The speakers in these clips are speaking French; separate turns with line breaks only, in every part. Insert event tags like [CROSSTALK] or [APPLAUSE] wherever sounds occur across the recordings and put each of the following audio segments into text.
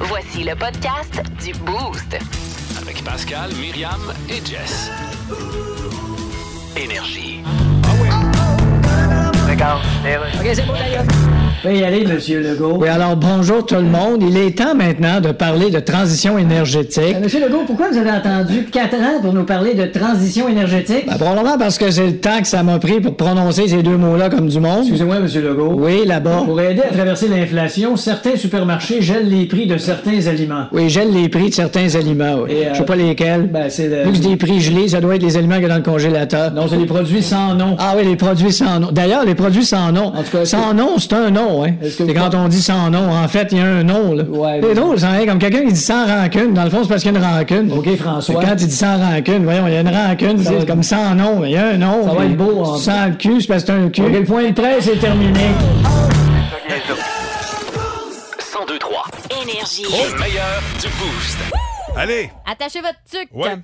Voici le podcast du Boost.
Avec Pascal, Myriam et Jess. Énergie.
y aller, Monsieur Legault.
Oui, alors bonjour tout le monde. Il est temps maintenant de parler de transition énergétique.
Euh, Monsieur Legault, pourquoi vous avez attendu quatre ans pour nous parler de transition énergétique?
Ben, probablement parce que c'est le temps que ça m'a pris pour prononcer ces deux mots-là comme du monde.
Excusez-moi, Monsieur Legault.
Oui, là-bas.
Pour aider à traverser l'inflation, certains supermarchés gèlent les prix de certains aliments.
Oui, gèle les prix de certains aliments. oui.
Et, euh,
Je sais pas lesquels.
Ben, c'est le-
Vu que c'est des prix gelés, ça doit être les aliments qu'il y a dans le congélateur.
Non, c'est des produits sans nom.
Ah oui, les produits sans nom. D'ailleurs, les produits sans nom.
En tout cas, est-ce
sans nom, c'est un nom, hein.
Est-ce que
C'est
vous-
quand on dit sans nom. En fait, il y a un nom, là.
Ouais,
c'est
mais-
drôle, ça, hein. Comme quelqu'un qui dit sans rancune. Dans le fond, c'est parce qu'il y a une rancune.
OK, François.
Mais Quand il dit sans rancune, voyons, il y a une rancune,
va
c'est
être-
comme sans nom. Il y a un nom.
Ça va
puis
être beau, en
tu sens le cul, c'est parce que c'est un cul.
OK, le point de presse est terminé.
1023.
Énergie.
Le meilleur du boost.
Allez,
Attachez votre tuque.
Ouais.
Euh,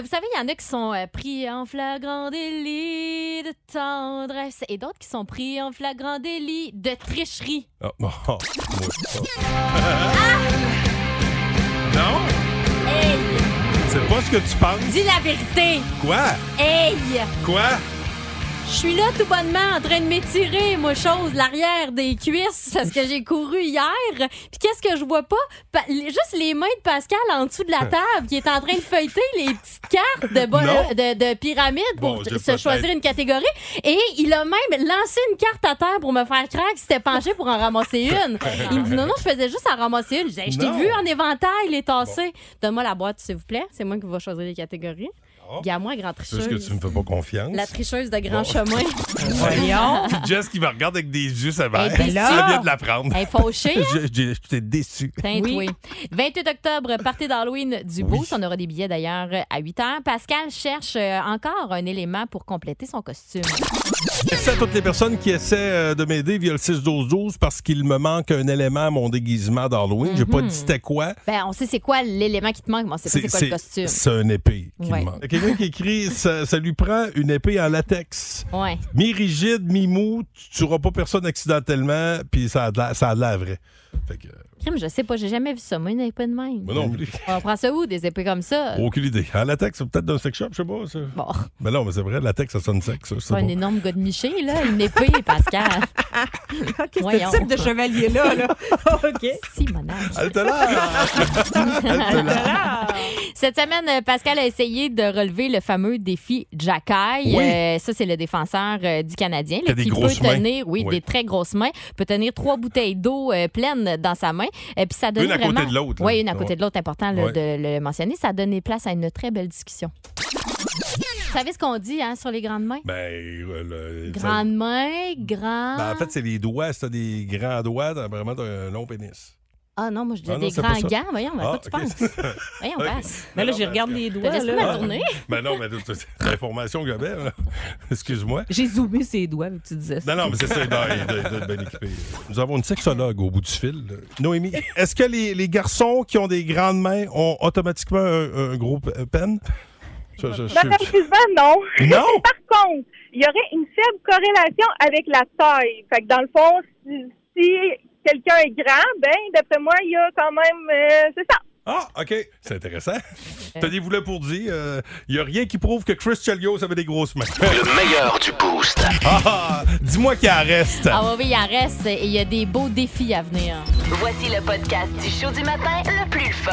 vous savez, il y en a qui sont euh, pris en flagrant délit de tendresse et d'autres qui sont pris en flagrant délit de tricherie.
Oh, oh, oh, moi, oh. Ah! Non? C'est pas ce que tu penses.
Dis la vérité.
Quoi?
Hey!
Quoi?
Je suis là tout bonnement en train de m'étirer, moi, chose, l'arrière des cuisses, parce que j'ai couru hier. Puis qu'est-ce que je vois pas? Pa- les- juste les mains de Pascal en dessous
[LAUGHS]
de la table qui est en train de feuilleter les petites cartes de, bol-
Non.
de, de pyramide pour
Bon, j'ai
se
peut-être-
choisir une catégorie. Et il a même lancé une carte à terre pour me faire craquer. C'était penché pour
[LAUGHS]
en ramasser une. Il me dit non, non, je faisais juste en ramasser une. Je dis, je t'ai
Non.
vu en éventail, il est tassé. Donne-moi la boîte, s'il vous plaît. C'est moi qui vais choisir les catégories.
Oh.
Il y a moi, grand
C'est juste
tricheur.
que tu me fais pas confiance.
La tricheuse de grand
Bon. [LAUGHS]
chemin. [LAUGHS]
Voyons.
Puis Jess qui me regarde avec des yeux sévères.
Elle est
Elle
déçue.
vient de la prendre.
Elle est fauchée. hein?
[LAUGHS] Je, je- je t'ai déçu.
Teinte,
Oui.
oui. 28 octobre, partie d'Halloween du
Oui.
Beauce. On aura des billets d'ailleurs à 8 h. Pascal cherche euh, encore un élément pour compléter son costume.
Merci à toutes les personnes qui essaient euh, de m'aider via le 6-12-12 parce qu'il me manque un élément à mon déguisement d'Halloween. J'ai pas dit c'était quoi.
Ben, on sait c'est quoi l'élément qui te manque, mais on sait pas Mm-hmm. c'est quoi le costume.
c'est un épée qui
Ouais.
me manque. Il y a Quelqu'un qui écrit ça, ça lui prend une épée en latex.
Ouais.
Mi-rigide, mi-mou, tu tueras pas personne accidentellement, puis ça a de la, ça a de la vraie. Fait que, euh,
Crime, je sais pas, j'ai jamais vu ça. Moi, il n'y pas de même.
moi non Oh, plus.
On prend ça où, des épées comme ça?
[LAUGHS] Aucune idée. En latex, c'est peut-être d'un sex shop, je sais pas. ça.
Bon,
Mais non, mais c'est vrai, latex, ça sonne sec, ça. c'est
pas un
bon.
énorme gars de Miché, là. Une épée,
[LAUGHS]
Pascal. Voyons.
Ce type de chevalier-là, là. OK.
Simonage.
Altelard!
[LAUGHS]
Altelard.
Cette semaine, euh, Pascal a essayé de relever le fameux défi Jackay.
Oui.
Euh, ça, c'est le défenseur euh, du Canadien.
Qui a
là,
des
qui peut
grosses mains.
tenir, oui,
Oui.
des très grosses mains, peut tenir trois bouteilles d'eau euh, pleines dans sa main. Et puis ça donne
Une à côté de l'autre, là.
Oui, une à côté de l'autre, important là,
Ouais.
de le mentionner. Ça a donné place à une très belle discussion. Vous savez ce qu'on dit hein, sur les grandes mains?
Ben, euh, le- ça-
Grandes mains, grand.
Ben, en fait, c'est les doigts. Si t'as des grands doigts, t'as vraiment t'as un long pénis.
Ah non, moi je dis
Ah non,
des
c'est
grands
pas ça.
gants. Voyons, mais à quoi tu
Ah, ok. [LAUGHS]
penses? Voyons,
Ok.
passe.
Mais là, j'y regarde les
T'as
doigts.
laissé ma
Là.
tournée?
Ben non, mais c'est- c'est l'information que j'avais. là. [LAUGHS] Excuse-moi.
J'ai zoomé ses doigts, vu que tu disais ça.
Non, non, mais c'est ça, non, il doit- il doit être bien équipé. Nous avons une sexologue au bout du fil. là. Noémie, est-ce que les, les garçons qui ont des grandes mains ont automatiquement un, un gros p- pen? Je- je- je-
Ben,
je-
Effectivement, non.
Non!
[LAUGHS] Par contre, il y aurait une faible corrélation avec la taille. Fait que dans le fond, si, si quelqu'un est grand, ben d'après moi, il y a quand même euh, c'est ça.
Ah, OK. C'est intéressant. Tenez-vous là pour dire, euh, il n'y a rien qui prouve que Chris Chelios avait des grosses mains. [LAUGHS]
Le meilleur du boost.
Ah, ah, dis-moi qu'il en reste.
Ah oui, oui, il en reste et il y a des beaux défis à venir.
Voici le podcast du show du matin le plus fun.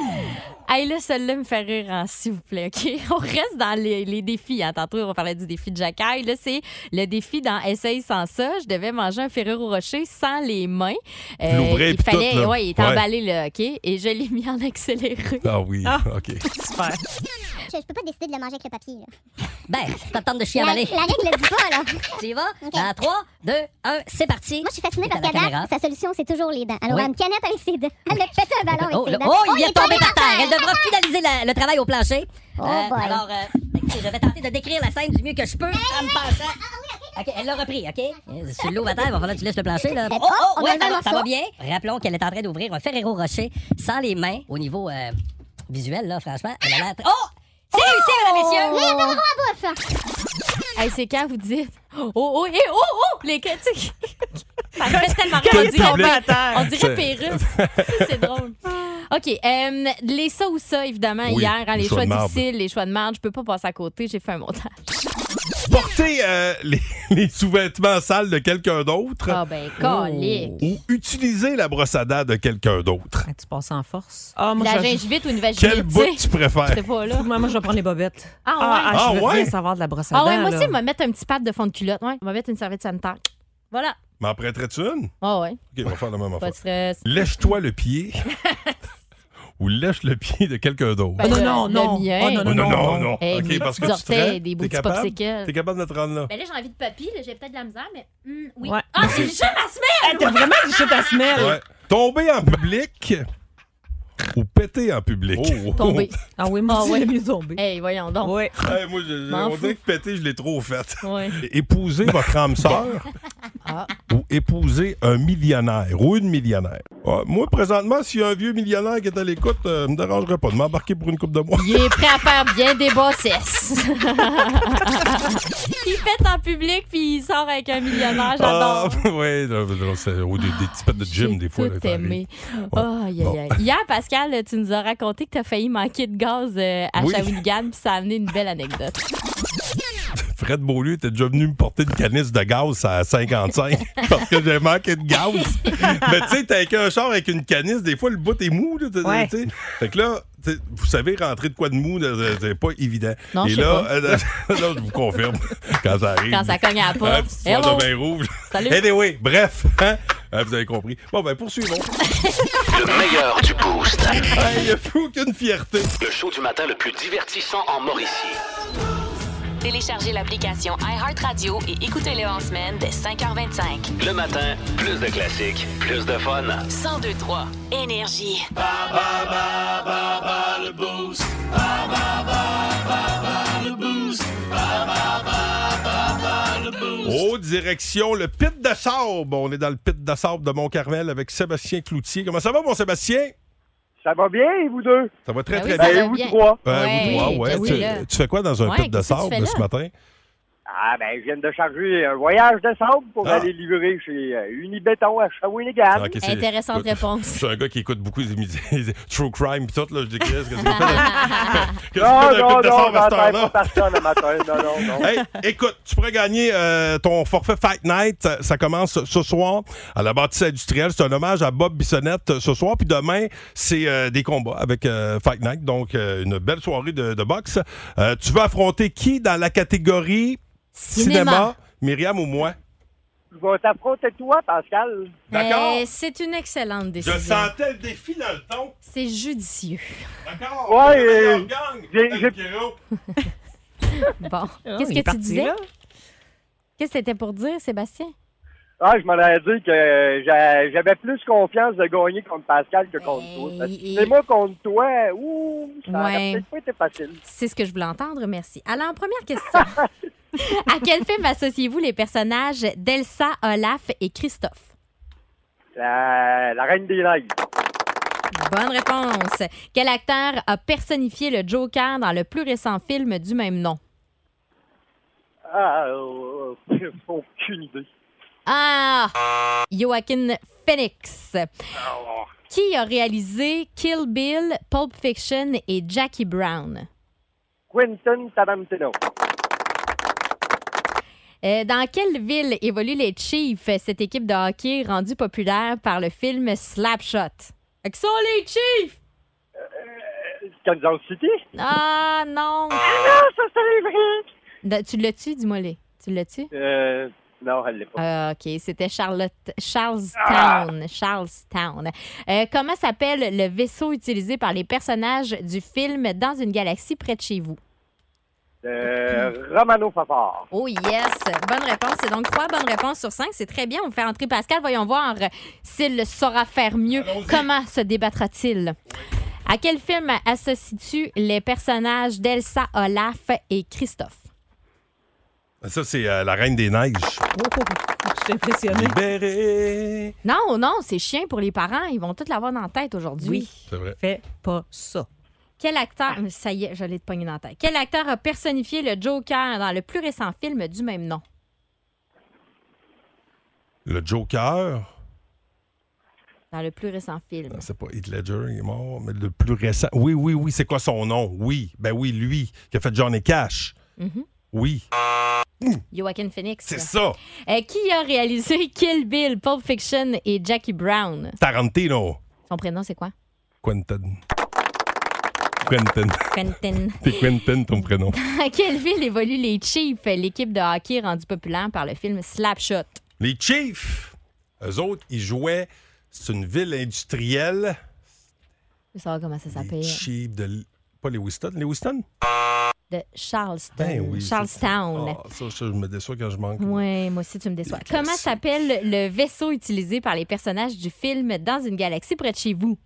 Hey, là, celle-là me fait rire, hein, s'il vous plaît, OK? [LAUGHS] On reste dans les, les défis. Hein. Tantôt, on parlait du défi de Jacaille. Là, c'est le défi dans Essaye sans ça. Je devais manger un ferrure au rocher sans les mains. Euh,
L'ouvrir
il
puis tout,
fallait,
là.
ouais, il est
Ouais.
emballé, là, OK? Et je l'ai mis en accéléré.
Ah oui, OK.
Super.
Je, je peux pas décider de le manger avec le papier. Là.
Ben, ça tente de Euh, chier
La,
à
la
balai.
règle le dit pas, là. Moi,
[LAUGHS] Tu y vas?
Ok.
Dans 3, 2, 1, c'est parti.
je suis fascinée
T'es à
parce
la
qu'à
caméra.
date, sa solution, c'est toujours les dents. Alors,
Oui.
elle me canette avec ses dents. Elle me pète un ballon avec
Oh,
ses
là-
dents.
oh, il est tombé par terre. Elle
Elle
devra finaliser la- le travail au plancher.
Oh boy.
alors, euh, écoutez, je vais tenter de décrire la scène du mieux que je peux en me penchant.
Ah,
OK, elle l'a repris, OK? Euh, Sur l'eau à terre, il va falloir que tu laisses le plancher.
[LAUGHS]
Là.
Oh, on
Oh, oh, ouais,
enlève
ça,
le
va- ça
morceau.
va bien. Rappelons qu'elle est en train d'ouvrir un Ferrero Rocher sans les mains au niveau euh, visuel, là, franchement. Elle a l'air très- Oh! C'est réussi, mesdames,
Oui,
messieurs!
on a le droit à bouffe.
Hey, c'est quand vous dites Oh, oh, hé, oh, oh! Les critiques. [LAUGHS] Ça me fait tellement
Quand
rire.
il est tombé à terre.
On dirait Pérus. [LAUGHS] c'est drôle. OK. euh, les ça ou ça, évidemment,
Oui,
hier, hein,
les
les
choix
choix,
de marbre.
difficiles, les choix de marge. Je peux pas passer à côté. J'ai fait un montage.
Porter euh, les, [LAUGHS] les sous-vêtements sales de quelqu'un d'autre
Ah, ben, colique.
ou utiliser la brosse à dents de quelqu'un d'autre.
Ah, tu passes en force. Ah, moi,
La
je...
gingivite ou une vaginite.
Quel bout
tu
tu
sais.
préfères?
C'est pas là.
Moi, moi, je vais prendre les bobettes.
Ah, ouais.
Ah, ah, je
ouais?
veux
Ah,
rien
ouais?
savoir de la brosse à
Ah,
dents.
ouais, moi aussi,
là.
je vais mettre un petit pad de fond de culotte. Ouais, je vais mettre une serviette sanitaire. Voilà.
M'en prêterais-tu une? OK,
Ah, ouais.
on va faire la même
Pas
affaire.
de stress.
Lèche-toi le
[LAUGHS]
pied ou lèche le pied de quelqu'un d'autre.
Ah,
Ben, le-
non, non,
le
non.
mien.
Ah,
Oh, non, non, non.
Hey,
OK,
mes
parce que
petits
tu te rends,
orteils, des bouts
t'es
de
capable?
popsicle.
T'es capable de te rendre là?
Ben là, j'ai envie de papy. là, J'ai peut-être de la misère, mais hum, oui.
Ouais.
Ah, c'est juste ma
Hey, T'as
semaine!
vraiment touché ta semelle.
Ouais. Tomber en public ou péter en public?
Tomber.
Ah oui, moi
Ah,
aussi,
ouais.
j'ai mieux tombé.
Hey, voyons donc.
Ouais.
Hey, moi, je- je-
M'en
on dirait
fous.
que péter, je l'ai trop faite. [LAUGHS]
Ouais.
[LAUGHS] Épouser votre âme sœur
Ah.
ou épouser un millionnaire ou une millionnaire. Ah, moi, présentement, s'il y a un vieux millionnaire qui est à l'écoute, euh, me dérangerait pas de m'embarquer pour une coupe de mois.
Il est prêt à faire bien des
[LAUGHS]
bossesses. il pète en public puis il sort avec un millionnaire. Ah,
Ah, [LAUGHS]
J'adore.
oui, ou des, des petits pets de gym, des fois.
J'ai
là,
tout
ça arrive.
aimé. Oh, aïe, aïe, aïe. Hier, Pascal, tu nous as raconté que tu as failli manquer de gaz euh, à
Oui.
Shawinigan, puis ça a amené une belle anecdote.
Fred Beaulieu était déjà venu me porter une canisse de gaz à
[LAUGHS]
55 parce que j'ai manqué de gaz. Mais tu sais, t'es avec un char avec une canisse, des fois le bout est mou. Là, t'sais,
Ouais.
t'sais. Fait que là, t'sais, vous savez, rentrer de quoi de mou, là, euh, c'est- c'est pas évident.
Non,
Et
je sais
là,
pas.
euh, [LAUGHS] là, je vous confirme, quand ça arrive.
Quand ça cogne à la porte.
hein, petite soirée
Hello.
de bain rouge.
Salut.
Anyway, bref, hein, euh, vous avez compris. Bon, ben poursuivons.
Le meilleur du boost.
Ah, Il n'y a plus aucune fierté.
Le show du matin le plus divertissant en Mauricie.
Téléchargez l'application iHeartRadio et écoutez-le en semaine dès 5h25.
Le matin, plus de classiques, plus de fun.
1023 Énergie.
Oh, direction le pit de sable. On est dans le pit de sable de Mont-Carmel avec Sébastien Cloutier. Comment ça va, mon Sébastien?
Ça va bien, vous deux?
Ça va très,
Ben oui,
très
ça
bien.
va
vous
bien.
trois.
Euh, vous
Ouais,
trois, ouais.
qu'est-ce
Tu-
que là?
Tu, fais quoi dans un
Ouais,
pit de
qu'est-ce que tu
sable
fais
ce
là?
matin?
Ah, ben, je viens de charger un voyage de sable pour
Ah.
aller livrer chez euh, Unibéton à Shawinigan.
Ok, c'est-
Ah
[LAUGHS]
Intéressante
euh, Je
réponse.
suis un gars qui écoute beaucoup les émissions True Crime pis tout, là. Je dis, qu'est-ce que c'est que
[LAUGHS]
Non, non,
pit de
non,
sable à cette
j'entends pas
heure-là?
personne le matin. Non, non,
[LAUGHS]
non.
Hey, écoute, tu pourrais gagner euh, ton forfait Fight Night. Ça, ça commence ce soir à la bâtisse industrielle. C'est un hommage à Bob Bissonnette euh, ce soir. Puis demain, c'est euh, des combats avec euh, Fight Night. Donc, euh, une belle soirée de, de boxe. Euh, tu veux affronter qui dans la catégorie cinéma?
Cinéma.
Myriam ou moi?
Je vais t'affronter toi, Pascal.
D'accord?
Euh, C'est une excellente
Je
décision.
sentais le défi dans le ton.
C'est judicieux.
D'accord?
Ouais,
Le meilleur
euh,
gang.
j'ai-
Salut,
j'ai-
Pierrot.
Bon,
Ah, il
qu'est-ce
est
que tu
parti,
disais?
là.
Qu'est-ce que c'était pour dire, Sébastien?
Ah, je m'en ai dit que euh, j'a- j'avais plus confiance de gagner contre Pascal que contre
Ben,
toi. Parce que
et-
c'est moi contre toi, ouh, ça aurait
Ouais.
peut-être pas été facile.
C'est ce que je voulais entendre, merci. Alors, première
[LAUGHS]
question. à quel film associez-vous les personnages d'Elsa, Olaf et Christophe?
La, la Reine des Neiges.
Bonne réponse. Quel acteur a personnifié le Joker dans le plus récent film du même nom?
Ah, euh, euh, aucune idée.
Ah! Joaquin Phoenix. Qui a réalisé Kill Bill, Pulp Fiction et Jackie Brown?
Quentin Tarantino.
Euh, dans quelle ville évoluent les Chiefs, cette équipe de hockey rendue populaire par le film Slapshot? Qui sont les Chiefs?
Kansas City?
Ah non!
Ah, ça, c'est vrai!
Da- Tu l'as-tu, dis-moi-les. Tu l'as-tu?
Euh, non, elle l'est pas. Ah!
Ah, OK, c'était Charlotte... Charlestown. Charlestown. Euh, comment s'appelle le vaisseau utilisé par les personnages du film Dans une galaxie près de chez vous?
Euh, Romano Fafard.
Oh yes! Bonne réponse. C'est donc trois bonnes réponses sur cinq. C'est très bien. On fait entrer Pascal. Voyons voir s'il saura faire mieux. Comment se débattra-t-il? À quel film associes-tu les personnages d'Elsa, Olaf et Christophe?
Ça, c'est euh, la Reine des Neiges.
Ah,
Oh, oh, oh, je suis impressionnée.
Libérée.
Non, non, c'est chien pour les parents. Ils vont tous l'avoir dans la tête aujourd'hui.
Oui.
C'est vrai.
Fais pas ça.
Quel acteur. Ça y est, je l'ai de pogné dans la tête. Quel acteur a personnifié le Joker dans le plus récent film du même nom?
Le Joker.
Dans le plus récent film.
Non, c'est pas Heath Ledger, il est mort, mais le plus récent. Oui, oui, oui, c'est quoi son nom? Oui, ben oui, lui, qui a fait Johnny Cash.
Mhm.
Oui,
Joaquin Phoenix.
c'est ça,
Euh, qui a réalisé Kill Bill, Pulp Fiction et Jackie Brown?
Tarantino.
Son prénom, c'est quoi?
Quentin. Quentin.
Quentin. [LAUGHS]
C'est Quentin ton prénom.
À quelle ville évoluent les Chiefs, l'équipe de hockey rendue populaire par le film Slapshot?
Les Chiefs, eux autres, ils jouaient. C'est une ville industrielle.
Je veux savoir comment ça
Les
s'appelle.
Chiefs de. l- Pas les Houston. Les Houston?
De Charleston.
Ben oui.
Euh, Charlestown.
Ah, ça, ça, je me déçois quand je manque.
Ouais, moi aussi, tu me déçois.
Les classiques.
Comment s'appelle le vaisseau utilisé par les personnages du film Dans une galaxie près de chez vous?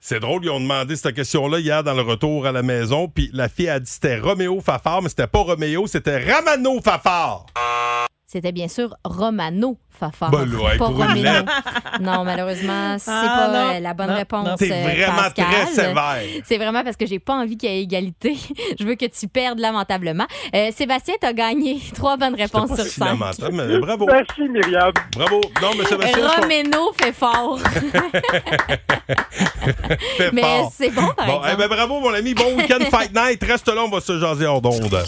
C'est drôle, ils ont demandé cette question-là hier dans le retour à la maison, puis la fille a dit c'était Roméo Fafard, mais c'était pas Roméo, c'était Ramano Fafard.
C'était bien sûr Romano Fafard.
Ben là, hey,
pas
brûlant.
Roméo. Non, malheureusement, c'est
Ah,
pas
non.
euh, la bonne
Non, non.
réponse.
T'es
euh,
vraiment
Pascal.
très sévère.
C'est vraiment parce que j'ai pas envie qu'il y ait égalité. [LAUGHS] Je veux que tu perdes lamentablement. Euh, Sébastien, t'as gagné [LAUGHS] trois bonnes
C'était
réponses
pas
sur
si
cinq.
lamentable, mais bravo,
Merci, Myriam.
bravo. Non, mais Sébastien, je trouve-
Roméno
[LAUGHS]
fait fort.
fait
Mais
fort.
c'est bon, par
Bon,
exemple.
eh ben, bravo, mon ami. Bon week-end,
[LAUGHS]
Fight Night. Reste là, on va se jaser hors d'onde.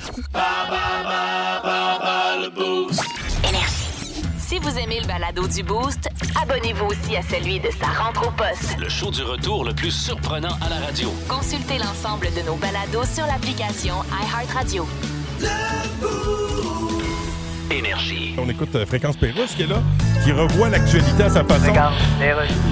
Si vous aimez le balado du Boost, abonnez-vous aussi à celui de sa rentre au poste.
Le show du retour le plus surprenant à la radio.
Consultez l'ensemble de nos balados sur l'application iHeartRadio.
Énergie.
On écoute euh, Fréquence Pérusse qui est là, qui revoit l'actualité à sa façon.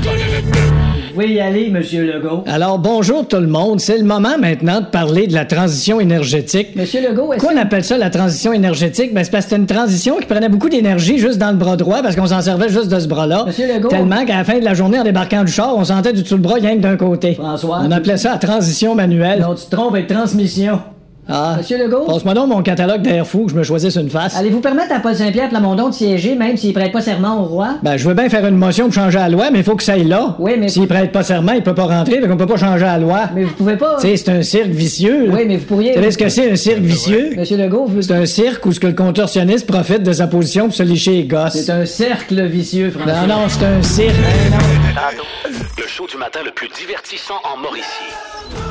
Vous pouvez y aller, Monsieur Legault.
Alors, bonjour tout le monde. C'est le moment maintenant de parler de la transition énergétique.
Monsieur Legault, est-ce
Pourquoi on appelle ça la transition énergétique? Ben, c'est parce que c'était une transition qui prenait beaucoup d'énergie juste dans le bras droit parce qu'on s'en servait juste de ce bras-là.
Monsieur Legault.
Tellement qu'à la fin de la journée, en débarquant du char, on sentait du tout le bras rien que d'un côté.
François.
On appelait ça la transition manuelle.
Non, tu te trompes avec transmission.
Ah.
Monsieur Legault?
Passe-moi donc mon catalogue d'air fou que je me choisisse une face.
Allez-vous permettre à Paul Saint-Pierre Plamondon de siéger, même s'il prête pas serment au roi?
Ben, je veux bien faire une motion pour changer la loi, mais il faut que ça aille là.
Oui, mais-
S'il prête pas serment, il peut pas rentrer, donc on peut pas changer la loi.
Mais vous pouvez pas.
Tu sais, c'est un cirque vicieux. là.
Oui, mais vous pourriez.
Tu sais ce que c'est, un cirque vicieux?
Monsieur Legault, vous-
C'est un cirque où ce que le contorsionniste profite de sa position pour se licher les gosses.
c'est un cercle vicieux, François.
Non, non, c'est un cirque.
Le show du matin le plus divertissant en Mauricie.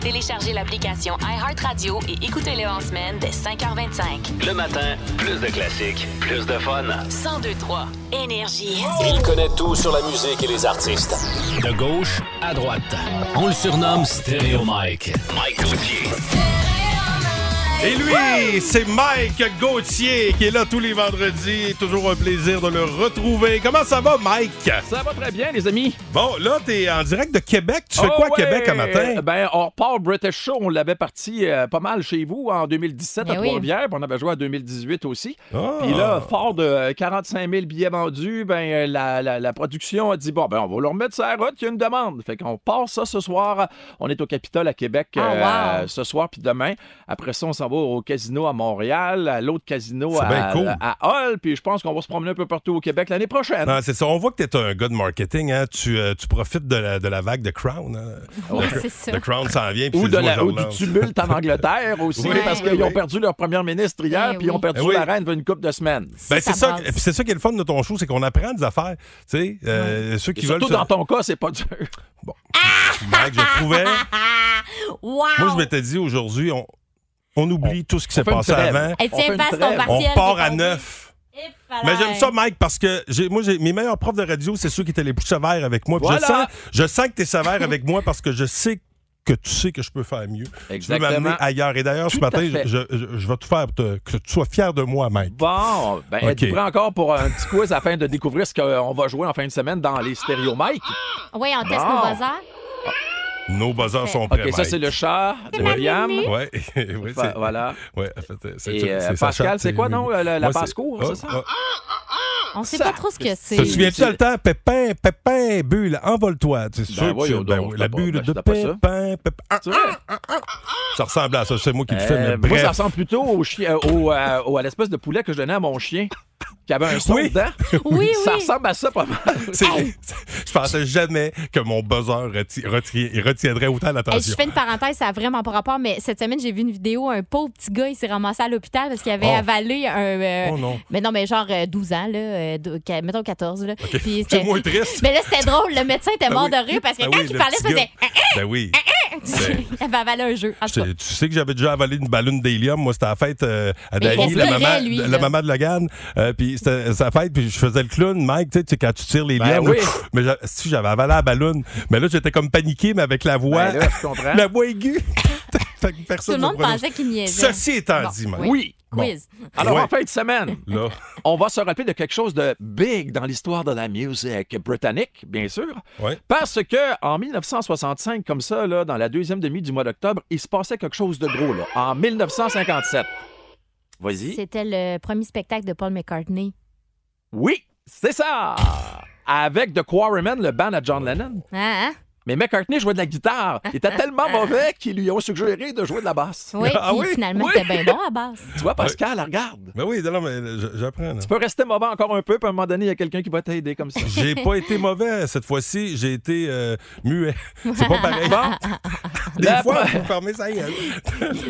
Téléchargez l'application iHeartRadio et écoutez-le en semaine dès 5h25.
Le matin, plus de classiques, plus de fun.
1023 Énergie.
Il connaît tout sur la musique et les artistes. De gauche à droite. On le surnomme Stéréo Mike. Mike Gauthier.
Et lui, c'est Mike Gauthier qui est là tous les vendredis. Toujours un plaisir de le retrouver. Comment ça va, Mike?
Ça va très bien, les amis.
Bon, là, t'es en direct de Québec. Tu fais
Oh
quoi à
ouais!
Québec un matin?
Ben, on repart au British Show. On l'avait parti euh, pas mal chez vous en 2017 à
Ben oui.
Trois-Rivières. puis On avait joué en 2018 aussi.
Ah.
Puis là, fort de euh, 45 000 billets vendus, ben, euh, la, la- la production a dit bon, ben, on va leur remettre sur la route, il y a une demande. Fait qu'on part ça ce soir. On est au Capitole à Québec euh,
Ah, wow.
ce soir puis demain. Après ça, on s'en va au casino à Montréal, à l'autre casino
C'est
à,
bien cool.
à Hull. Puis je pense qu'on va se promener un peu partout au Québec l'année prochaine.
Non, Ah, c'est ça. On voit que t'es un gars de marketing. Hein. Tu, euh, tu profites de la, de la vague de Crown. hein. Le-
c'est ça.
The Crown s'en vient. puis
Ou,
c'est
de
le
la-
jour
ou
de
du
l'an.
tumulte en Angleterre aussi,
Oui,
parce
oui,
qu'ils ont
oui.
perdu leur premier ministre hier,
Eh
puis ils ont
oui.
perdu
Eh oui.
la reine d'une couple de semaines.
Ben,
Ça
c'est ça,
brasse.
puis c'est ça qui est le fun de ton show, c'est qu'on apprend des affaires. Tu sais, euh, ceux
Et
qui veulent.
surtout
se-
dans ton cas, c'est pas dur.
Mike, je trouvais.
Wow!
Moi, je m'étais dit aujourd'hui, on, on oublie tout ce qui s'est
fait une
passé
trêve.
avant.
Elle
On fait
tient
une
face ton
trêve.
On
partiel.
part à
déposé.
neuf.
Et
Mais
voilà.
j'aime ça, Mike, parce que j'ai, moi, j'ai, mes meilleurs profs de radio, c'est ceux qui étaient les plus sévères avec moi. Puis Je, sens,
Voilà.
je sens que tu es sévère avec moi parce que je sais que tu sais que je peux faire mieux. Tu veux
Exactement.
m'amener ailleurs. Et d'ailleurs, ce
Tout à
matin,
fait.
je, je- je vais tout faire pour te- que tu sois fier de moi, Mike.
Bon, ben,
Ok.
êtes-vous prêts encore pour un petit quiz afin de découvrir ce qu'on va jouer en fin de semaine dans les stéréo Mike?
Oui, on teste
Bon.
nos bazars.
Nos buzzers sont
OK,
prêts,
ça, c'est le chat de William.
Ouais, [LAUGHS] oui,
Fa- Voilà.
ouais, en fait, c'est,
Et
c'est-
euh,
c'est sa
Pascal,
chatte,
c'est quoi,
oui.
non? euh, La, la
Moi, c'est-
passe-cour,
Oh,
c'est ça?
oh.
On sait
Ça.
pas trop ce que c'est.
Te souviens-tu dans le temps? Pépin, Pépin, bulle, envole-toi. C'est sûr que
voyons
tu- ben
donc,
oui,
je
la
sais pas,
bulle
ben,
de
c'était pas ça.
Pépin, Pépin. Ah,
Tu vois?
ça ressemble à ça, c'est moi qui le
Euh,
fais, mais
moi, ça
bref.
ressemble plutôt au chien, euh, au, euh, au- à l'espèce de poulet que je donnais à mon chien. qui avait un son dedans.
Oui,
Ça ressemble à ça pas mal.
[LAUGHS] Je pensais jamais que mon buzzer reti- reti- retiendrait autant
Hey, je
l'attention.
fais une parenthèse, ça n'a vraiment pas rapport, mais cette semaine, j'ai vu une vidéo, un pauvre petit gars, il s'est ramassé à l'hôpital parce qu'il avait
Oh.
avalé un... euh,
Oh non.
Mais non, mais genre euh, 12 ans, là, euh, dou- qu- mettons 14. Là. Puis
[LAUGHS] C'est
c'était-
moins triste.
Mais là, c'était drôle, le médecin était
Ben
mort
oui.
de rire parce que
Ben
quand
oui,
il
le
parlait,
petit
ça faisait... hein,
Ben oui. C'est-
[LAUGHS] il avait avalé un jeu. En tout
Je
cas.
te- tu sais que j'avais déjà avalé une ballonne d'hélium. Moi, c'était à la fête euh, à
Mais il
Dany, la
respirait,
maman,
lui, là.
la maman de Logan. Euh, puis c'était sa fête, puis je faisais le clown, Mike, tu sais, tu sais, quand tu tires les
Ben
liens.
oui.
Mais j'a- si j'avais avalé la ballonne, mais là, j'étais comme paniqué, mais avec la voix.
Ben là, je
[LAUGHS]
comprends.
la voix aiguë. Fait que
Tout
personne
le
ne
monde
prenait-
pensait qu'il niaisait.
Ceci étant
Bon,
dit, Mike.
Oui.
Bon.
Quiz.
Alors,
Ouais.
en fin de semaine,
[LAUGHS] Là.
on va se rappeler de quelque chose de big dans l'histoire de la musique britannique, bien sûr.
Ouais.
Parce que en 1965, comme ça, là, dans la deuxième demi du mois d'octobre, il se passait quelque chose de gros. Là, en 1957. Vas-y.
C'était le premier spectacle de Paul McCartney.
Oui, c'est ça! Avec The Quarrymen, le band à John Lennon.
[LAUGHS]
Hein, hein?
Mais McCartney jouait de la guitare. Il
[LAUGHS]
était tellement mauvais qu'ils lui ont suggéré de jouer de la basse.
Oui,
Ah
puis
oui?
finalement,
Oui.
c'était bien bon à base.
Tu vois, Pascal, regarde.
Ben oui, non, non, mais j- j'apprends. là.
Tu peux rester mauvais encore un peu, puis à un moment donné, il y a quelqu'un qui va t'aider comme ça.
J'ai pas été mauvais cette fois-ci, j'ai été euh, muet. C'est pas pareil. Des
La
fois,
pre-
faut fermer sa gueule.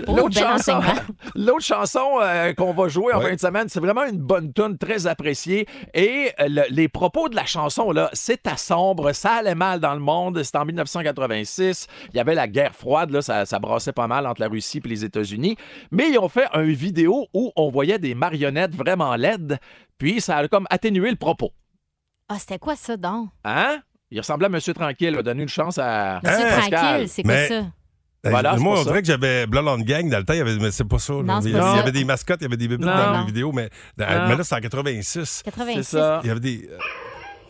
Oh,
L'autre
bel
chanson,
enseignement.
[LAUGHS] l'autre chanson euh, qu'on va jouer en
Ouais.
fin de semaine, c'est vraiment une bonne tune, très appréciée. Et euh, le- les propos de la chanson, là, c'est à sombre, ça allait mal dans le monde. C'était en 1986. Il y avait la guerre froide, là, ça, ça brassait pas mal entre la Russie et les États-Unis. Mais ils ont fait une vidéo où on voyait des marionnettes vraiment laides, puis ça a comme atténué le propos.
Ah, c'était quoi ça, donc?
Hein? Il ressemblait à Monsieur Tranquille, a donné une chance à.
Monsieur
Hein,
Pascal.
Tranquille, c'est quoi
Mais-
ça?
Hey,
Voilà, c'est
moi,
pas
on
ça.
dirait que j'avais Blonde Gang dans le temps, il y avait, mais c'est pas ça. là.
Non, c'est
il, y
pas
avait,
ça.
il y avait des mascottes, il y avait des bébites dans
Non.
les vidéos, mais,
Non.
mais là, c'est en 86.
86.
C'est ça.
Il y avait des. euh,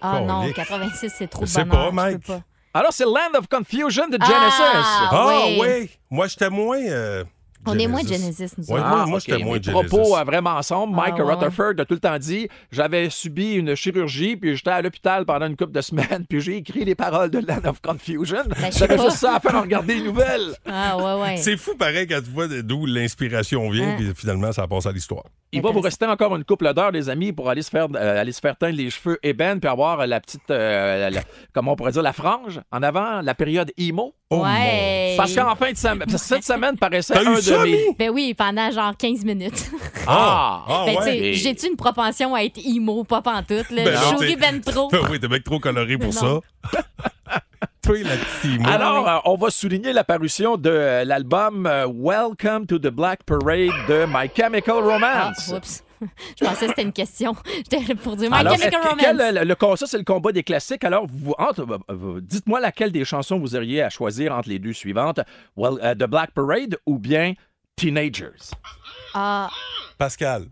Ah non,
Colique.
86, c'est trop
Je sais
de bonheur,
pas,
je peux
Mike.
pas.
Alors, Ah, c'est Land of Confusion de Genesis.
Ah!
Ah,
oui.
oui! Moi, j'étais moins. euh,
On est moins Genesis, nous
Ouais,
autres.
moi, moi,
Ah, ok.
j'étais moins
Mes
Genesis.
propos euh, vraiment sombres.
Ah,
Mike
ouais, ouais.
Rutherford a tout le temps dit J'avais subi une chirurgie, puis j'étais à l'hôpital pendant une couple de semaines, [LAUGHS] puis j'ai écrit les paroles de Land of Confusion.
Ben, je sais
J'avais
pas.
juste ça à faire en regarder les nouvelles.
Ah ouais,
[LAUGHS]
ouais.
C'est fou, pareil, quand tu vois d'où l'inspiration vient,
Hein.
puis finalement, ça passe à l'histoire.
Il va vous rester encore une couple d'heures, les amis, pour aller se faire, euh, aller se faire teindre les cheveux ébène, puis avoir euh, la petite, euh, la- la- comment on pourrait dire, la frange en avant, la période emo.
Oh,
ouais.
Parce qu'en fin de semaine, parce que cette semaine paraissait
T'as
un
eu ça,
de mes.
Mi?
Ben oui, pendant genre 15 minutes. [LAUGHS]
Ah!
Ah,
ben, tu
ouais.
sais, J'ai-tu une propension à être emo, pas pantoute? Là?
Ben
je
non,
souris
t'es-
ben trop.
Ben [LAUGHS] oui, t'es mec trop coloré pour ça.
Non.
Toi, la petite hein? moi.
Alors, euh, on va souligner l'apparition de euh, l'album euh, Welcome to the Black Parade de My Chemical
Ah,
Romance.
oups. [LAUGHS] Je pensais que c'était une question. [LAUGHS] J'étais pour dire My
Alors,
Chemical
est-ce que-
Romance.
quel- le, le concert, c'est le combat des classiques. Alors, vous, entre- euh, euh, dites-moi laquelle des chansons vous auriez à choisir entre les deux suivantes, Well, euh, The Black Parade ou bien Teenagers.
Ah,
Pascal.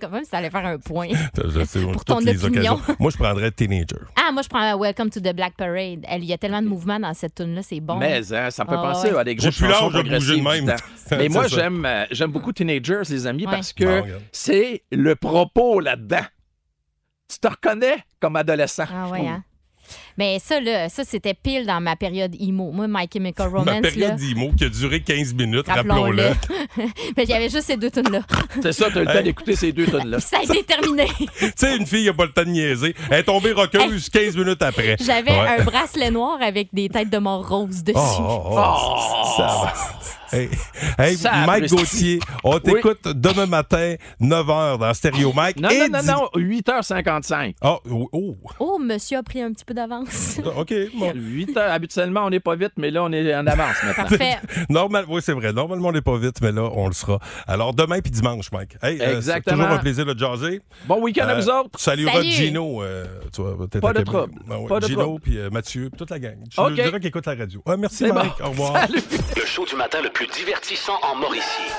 quand même, ça allait faire un point. [LAUGHS]
Je sais,
Pour
toutes
ton
les
opinion.
occasions. Moi, je prendrais Teenager.
Ah, moi, je prends Welcome to the Black Parade. Elle- Il y a tellement de mouvements dans cette tune là c'est bon.
Mais hein, ça me fait
Ah,
penser
ouais.
à des
J'ai
grosses
plus l'âge
chansons
de bouger
progressives
de
du
même. [LAUGHS]
temps. Mais
C'est
moi,
ça.
j'aime, euh, j'aime beaucoup Teenagers, les amis,
Ouais.
parce que
Bon, regarde.
c'est le propos là-dedans. Tu te reconnais comme adolescent.
Ah
je
ouais,
trouve.
hein? Mais ça, là, ça, c'était pile dans ma période emo. Moi, My Chemical Romance,
Ma période
là,
d'IMO qui a duré 15 minutes,
rappelons-le.
rappelons-le.
[LAUGHS] Mais il y avait juste ces deux tunes-là. [LAUGHS]
C'est ça, t'as le temps d'écouter ces deux tonnes-là.
Puis ça a été terminé.
tu sais, une fille qui a pas le temps de niaiser. Elle est tombée roqueuse 15 minutes après.
J'avais
Ouais.
un bracelet noir avec des têtes de mort rose dessus.
Oh, oh, oh. Ça va. Hey, hey,
Ça va,
Mike
Christy.
Gauthier, on t'écoute demain matin, 9h, dans Stéréo Mike.
Non,
et
non, non,
dis-
non, 8h55.
Ah, oh, oh,
Oh, monsieur a pris un petit peu d'avance.
OK. Bon.
8h, habituellement, on n'est pas vite, mais là, on est en avance maintenant.
Parfait.
Normal, oui, c'est vrai. Normalement, on n'est pas vite, mais là, on le sera. Alors, demain puis dimanche, Mike. Hey, euh, c'est
Exactement.
toujours un plaisir de jaser.
Bon week-end à
Euh,
vous autres.
tu salueras
Salut.
Gino. euh, tu vois, t'es
Pas
à
de
Québec.
trouble.
Ah ouais,
Pas de
Gino,
trouble.
puis euh, Mathieu, puis toute la gang. Je
OK.
le dirais qui écoute la radio. Ah, merci,
C'est
Mike.
bon.
Au
[LAUGHS]
revoir.
Salut.
Le show du matin le plus divertissant en Mauricie.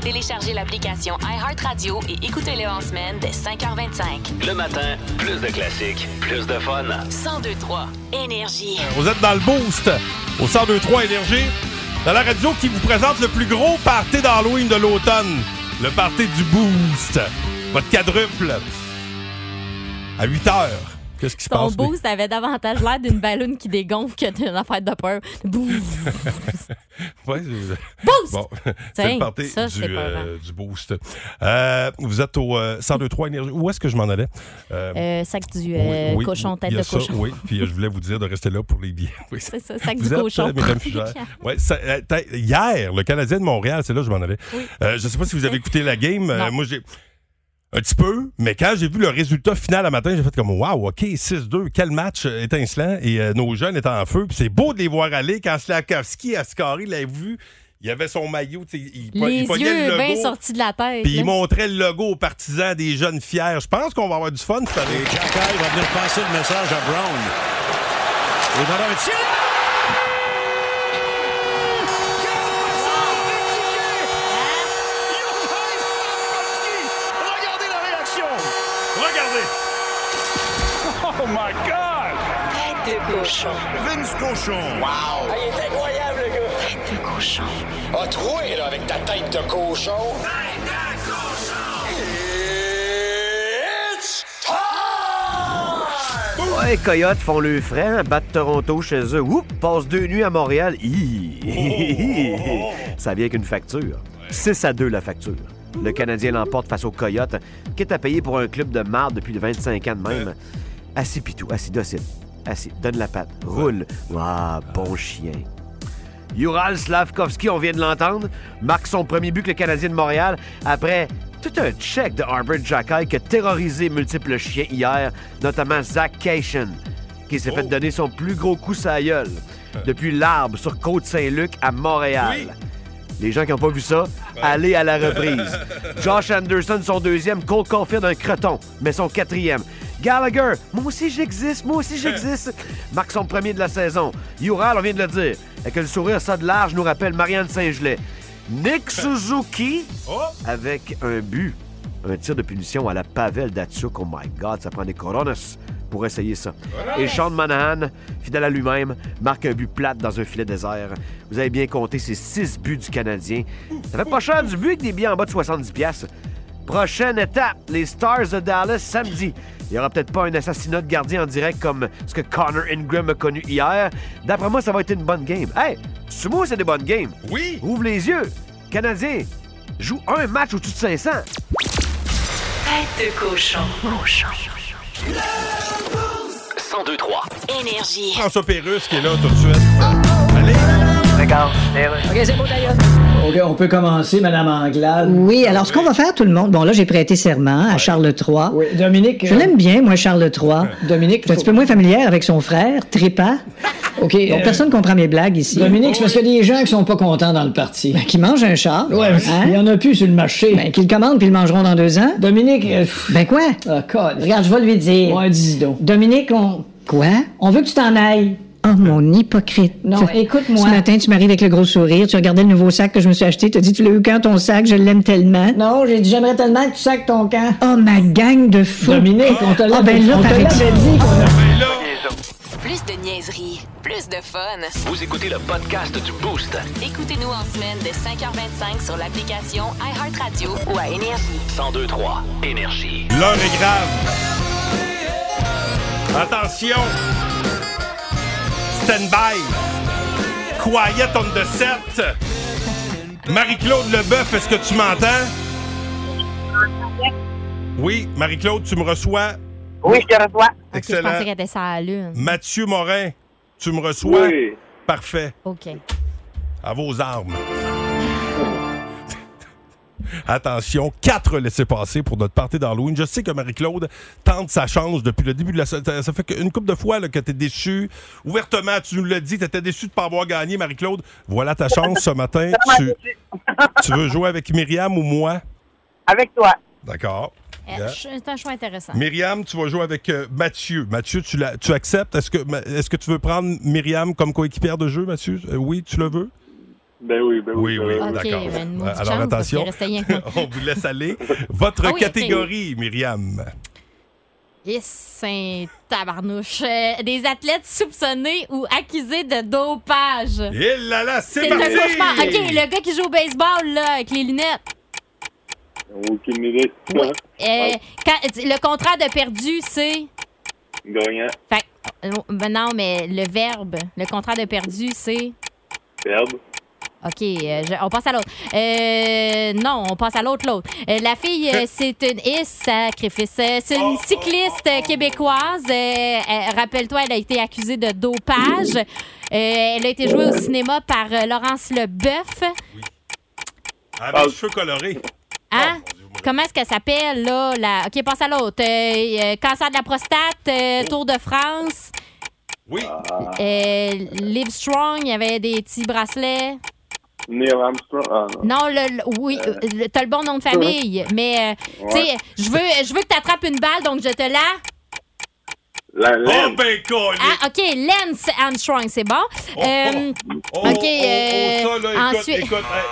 Téléchargez l'application iHeartRadio et écoutez-le en semaine dès 5h25.
Le matin, plus de classiques, plus de fun.
1023 Énergie.
Vous êtes dans le boost au 1023 Énergie, dans la radio qui vous présente le plus gros party d'Halloween de l'automne, le party du boost. Votre quadruple à 8 heures. Qu'est-ce qui se
[LAUGHS] Ton
passe? mais-
boost avait davantage l'air d'une ballonne qui dégonfle que d'une affaire de peur. Bouf!
[LAUGHS] Ouais, c'est-
Boost!
Bon, [LAUGHS] c'est
Tiens,
le party
ça,
du,
c'est pas
euh,
mal.
du boost. Euh, vous êtes au euh, 1023 Énergie. Où est-ce que je m'en allais? Euh,
Euh, sac du
oui,
euh,
oui,
cochon, tête
il y a
de
ça,
cochon.
Oui, puis euh, je voulais vous dire de rester là pour les billets. Oui.
C'est ça,
[LAUGHS]
sac
Vous
du
êtes,
cochon.
euh, mesdames
[LAUGHS]
Fugères. Ouais, ça, euh, t'as- hier, le Canadien de Montréal, c'est là que je m'en allais. Euh, je sais pas si vous avez écouté la game. Euh, moi, j'ai. Un petit peu, mais quand j'ai vu le résultat final à matin, j'ai fait comme Waouh, OK, 6-2, quel match euh, étincelant. Et euh, nos jeunes étaient en feu. Puis c'est beau de les voir aller. Quand Slakowski a scoré, il l'avait vu. Il avait son maillot, tu sais, il, po-
Les
il pognait
yeux
le
bien
logo.
sortis de la tête.
Puis
là.
il montrait le logo aux partisans des jeunes fiers. Je pense qu'on va avoir du fun cette année.
Jacky va venir passer le message à Brown. Et voilà un tir.
Regardez la réaction! Regardez! Oh my God! Tête de cochon. Vince cochon. Wow! il est incroyable, le gars! Tête de cochon.
A troué, Ah, là, avec ta tête de cochon. Tête de cochon! It's
Ouais, Coyotes font le frein, battent Toronto chez eux. Oups, passent deux nuits à Montréal. Hi. Ça vient qu'une facture. 6 à 2 la facture. Le Canadien l'emporte face aux Coyotes, qui est à payer pour un club de marde depuis 25 ans de même. Assis pitou, assis docile. Assis, donne la patte, roule. Ah, bon chien. Ural Slavkovski, on vient de l'entendre, marque son premier but que le Canadien de Montréal après tout un check de Harbert Jackay qui a terrorisé multiples chiens hier, notamment Zach Cation, qui s'est fait donner son plus gros coup sur la gueule depuis l'arbre sur Côte-Saint-Luc à Montréal. Les gens qui n'ont pas vu ça, allez à la reprise. Josh Anderson, son deuxième. Cole Caulfield, un creton, mais son quatrième. Gallagher, moi aussi j'existe, moi aussi j'existe. Marque son premier de la saison. Ural, on vient de le dire. Avec le sourire, ça de large nous rappelle Marianne Saint-Gelais. Nick Suzuki, avec un but. Un tir de punition à la Pavel Datsuk. Oh my God, ça prend des coronas pour essayer ça. Et Sean Monahan, fidèle à lui-même, marque un but plate dans un filet désert. Vous avez bien compté ces six buts du Canadien. Ça fait pas cher du but avec des billets en bas de 70$. piastres. Prochaine étape, les Stars de Dallas samedi. Il y aura peut-être pas un assassinat de gardien en direct comme ce que Connor Ingram a connu hier. D'après moi, ça va être une bonne game. Hey, Sumo, c'est des bonnes games. Oui. Ouvre les yeux. Canadien, joue un match au-dessus de 500.
Tête de cochon. Cochon.
1023.
Énergie.
François Pérusse qui est là tout de suite.
Oh,
Allez!
D'accord.
OK, c'est bon, d'ailleurs.
OK, on peut commencer, Madame Anglade.
Oui, alors ce qu'on va faire tout le monde, bon là j'ai prêté serment à Charles III.
Dominique. euh,
Je l'aime bien, moi, Charles III.
[LAUGHS] Dominique,
Je suis un petit peu moins familière avec son frère,
[LAUGHS]
Trépas. OK. Donc,
euh,
personne ne comprend mes blagues ici. Ben,
Dominique, c'est parce qu'il y a des gens qui sont pas contents dans le parti.
Qui mange un char.
Ouais, mais il y en a plus sur le marché.
Ben, qu'ils le commandent puis ils le mangeront dans deux ans.
Dominique. euh,
Ben, quoi? Regarde, je vais lui dire.
Ouais, dis donc.
Dominique, on. Quoi? On veut que tu t'en ailles. Oh, mon hypocrite.
Non, écoute-moi.
Ce matin, tu m'arrives avec le gros sourire, tu regardais le nouveau sac que je me suis acheté, tu as dit, tu l'as eu quand ton sac, je l'aime tellement. Non, j'ai dit, j'aimerais tellement que tu sacs ton camp. Oh, ma gang de fous.
Dominique, on te
Ah,
l'a
ben là,
on te
paraît-il.
l'avait dit qu'on
Plus de niaiserie, plus de fun.
Vous écoutez le podcast du Boost.
Écoutez-nous en semaine de 5h25 sur l'application iHeartRadio ou à Énergie.
1023. Énergie.
L'heure est Ah, grave. Attention. Stand by. Quiet on the set. Marie-Claude Leboeuf, est-ce que tu m'entends? Oui, Marie-Claude, tu me reçois? Oui, je te reçois.
Ok, je pensais
Excellent. Mm.
qu'elle était ça à la lune.
Mathieu Morin, tu me reçois?
Oui.
Parfait.
OK. Eh,
À vos armes. Attention, quatre laissés-passer pour notre party d'Halloween. Je sais que Marie-Claude tente sa chance depuis le début de la sa- Ça ça fait qu'une couple de fois là, que t'es déçu. Ouvertement, tu nous l'as dit, t'étais déçu de pas avoir gagné, Marie-Claude. Voilà ta chance
[LAUGHS]
ce matin. tu, tu veux jouer avec Myriam ou moi?
Avec toi.
D'accord.
Eh,
Yeah.
ch- C'est un choix intéressant.
Myriam, tu vas jouer avec euh, Mathieu. Mathieu, tu, la- tu acceptes? Est-ce que, est que tu veux prendre Myriam comme coéquipière de jeu, Mathieu? Euh, oui, tu le veux?
Ben oui, ben oui.
Oui, oui,
ben oui.
d'accord.
ben une
Euh,
maudite
Alors
chance, parce
attention,
qu'il restait rien que moi.
[LAUGHS] on vous laisse aller. Votre
Ah oui, ok.
catégorie, Myriam.
Yes, c'est un tabarnouche. Euh, des athlètes soupçonnés ou accusés de dopage.
Et là là, c'est
C'est un
parti!
cauchemar. OK, le gars qui joue au baseball, là, avec les lunettes.
Aucune idée.
Euh, quand- le contrat de perdu, c'est.
Gagnant.
Fait que, euh, ben non, mais le verbe, le contraire de perdu, c'est.
Perdre.
OK, euh, je- on passe à l'autre. Euh, non, on passe à l'autre, l'autre. Euh, la fille,
[LAUGHS]
euh, c'est une is, sacrifice. Euh, C'est
Oh,
une cycliste euh, québécoise. Euh, euh, Rappelle-toi, elle a été accusée de dopage. Euh, elle a été jouée au cinéma par euh, Laurence Leboeuf.
Ah.
Avec les cheveux colorés.
Hein? Comment est-ce qu'elle s'appelle, là? La... OK, passe à l'autre. Euh, euh, cancer de la prostate,
Oh.
euh, Tour de France.
Oui.
Ah.
Euh, Live Strong, il y avait des petits bracelets.
Ah.
Neil Armstrong. Ah, non.
Non, le, le- oui,
Euh,
le- t'as le bon nom de famille, mais euh, tu sais,
Ouais.
je veux, je veux que t'attrapes une balle, donc je te la.
La
Oh,
laine.
ben,
Ah, ok, Lance Armstrong, c'est bon. Euh,
oh,
ok,
oh,
euh,
oh, ça, là, écoute,
ensuite.
écoute, hey,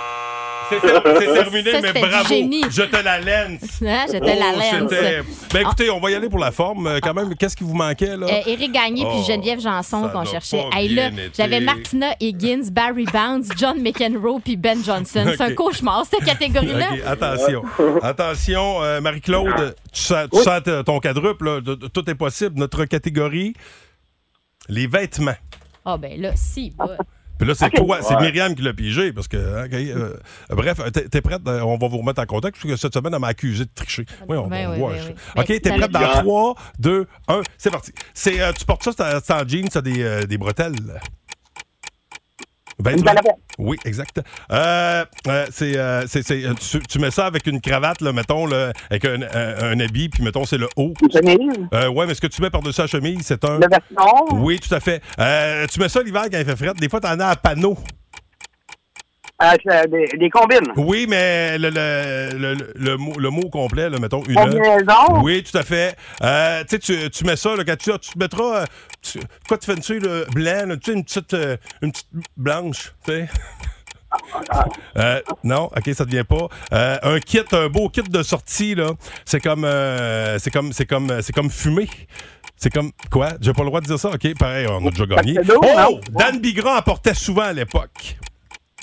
[LAUGHS]
c'est ter- c'est terminé,
Ça,
mais
c'était du
bravo.
génie.
Je te la lance.
[LAUGHS] Hein, je te la lance.
c'était- Ben écoutez, on va y aller pour la forme euh, quand même. Qu'est-ce qui vous manquait là?
Euh, Éric Gagné
Oh,
puis Geneviève Janson qu'on
n'a
cherchait.
pas
Hey, là,
bien été.
j'avais Martina Higgins, Barry Bounds, John McEnroe puis Ben Johnson. C'est
[LAUGHS]
un
Ok.
cauchemar cette catégorie-là.
Ok, attention. attention, euh, Marie-Claude, tu sens, tu sens, euh, ton quadruple, là, de- de- tout est possible. Notre catégorie, les vêtements.
Ah ben là, si. bah.
Puis là, c'est
Ok.
toi, c'est
Ouais.
Myriam qui l'a piégé, parce que... hein, ok, euh, bref, t'es t'es prête? euh, On va vous remettre en contact, parce que cette semaine, elle m'a accusé de tricher. Oui, on,
Ben
on
oui,
voit.
ben
je-
oui.
OK,
Ben,
t'es
ça
prête
va-
dans 3, 2, 1, c'est parti. C'est, euh, tu portes ça, c'est en- c'est en jeans, c'est des, euh, des bretelles. Vêtements. Oui, exact. Euh, euh, c'est, euh, c'est- c'est, euh, tu, tu mets ça avec une cravate, là, mettons, là, avec un, un- un habit, puis mettons, c'est le haut.
chemise.
Euh, ouais, mais ce que tu mets par-dessus la chemise, c'est un.
Le veston.
Oui, tout à fait. Euh, tu mets ça l'hiver quand il fait fret. Des fois, t'en as à panneau.
Euh, c'est, euh, des, des combines.
Oui, mais le, le, le, le- le mot, le mot complet, là, mettons, une
Combinaison.
Oui, tout à fait. Euh, tu sais, tu- tu mets ça, là, quand tu, tu te mettras... euh, tu- quoi tu fais dessus, le blanc, là, tu sais, une petite, euh, une petite blanche, tu sais? Euh, non, ok, ça devient pas. Euh, un kit, un beau kit de sortie là, c'est comme, euh, c'est comme, c'est comme, c'est comme fumer. C'est comme quoi J'ai pas le droit de dire ça. Ok, pareil, on a déjà gagné.
Cadeau,
Oh,
non?
Dan Bigra en portait souvent à l'époque.